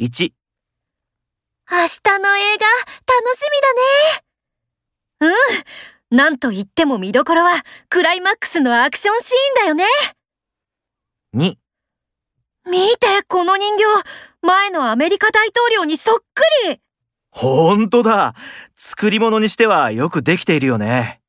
1、明日の映画、楽しみだね。うん。なんと言っても見どころは、クライマックスのアクションシーンだよね。 2、見て、この人形。前のアメリカ大統領にそっくり。ほんとだ作り物にしてはよくできているよね。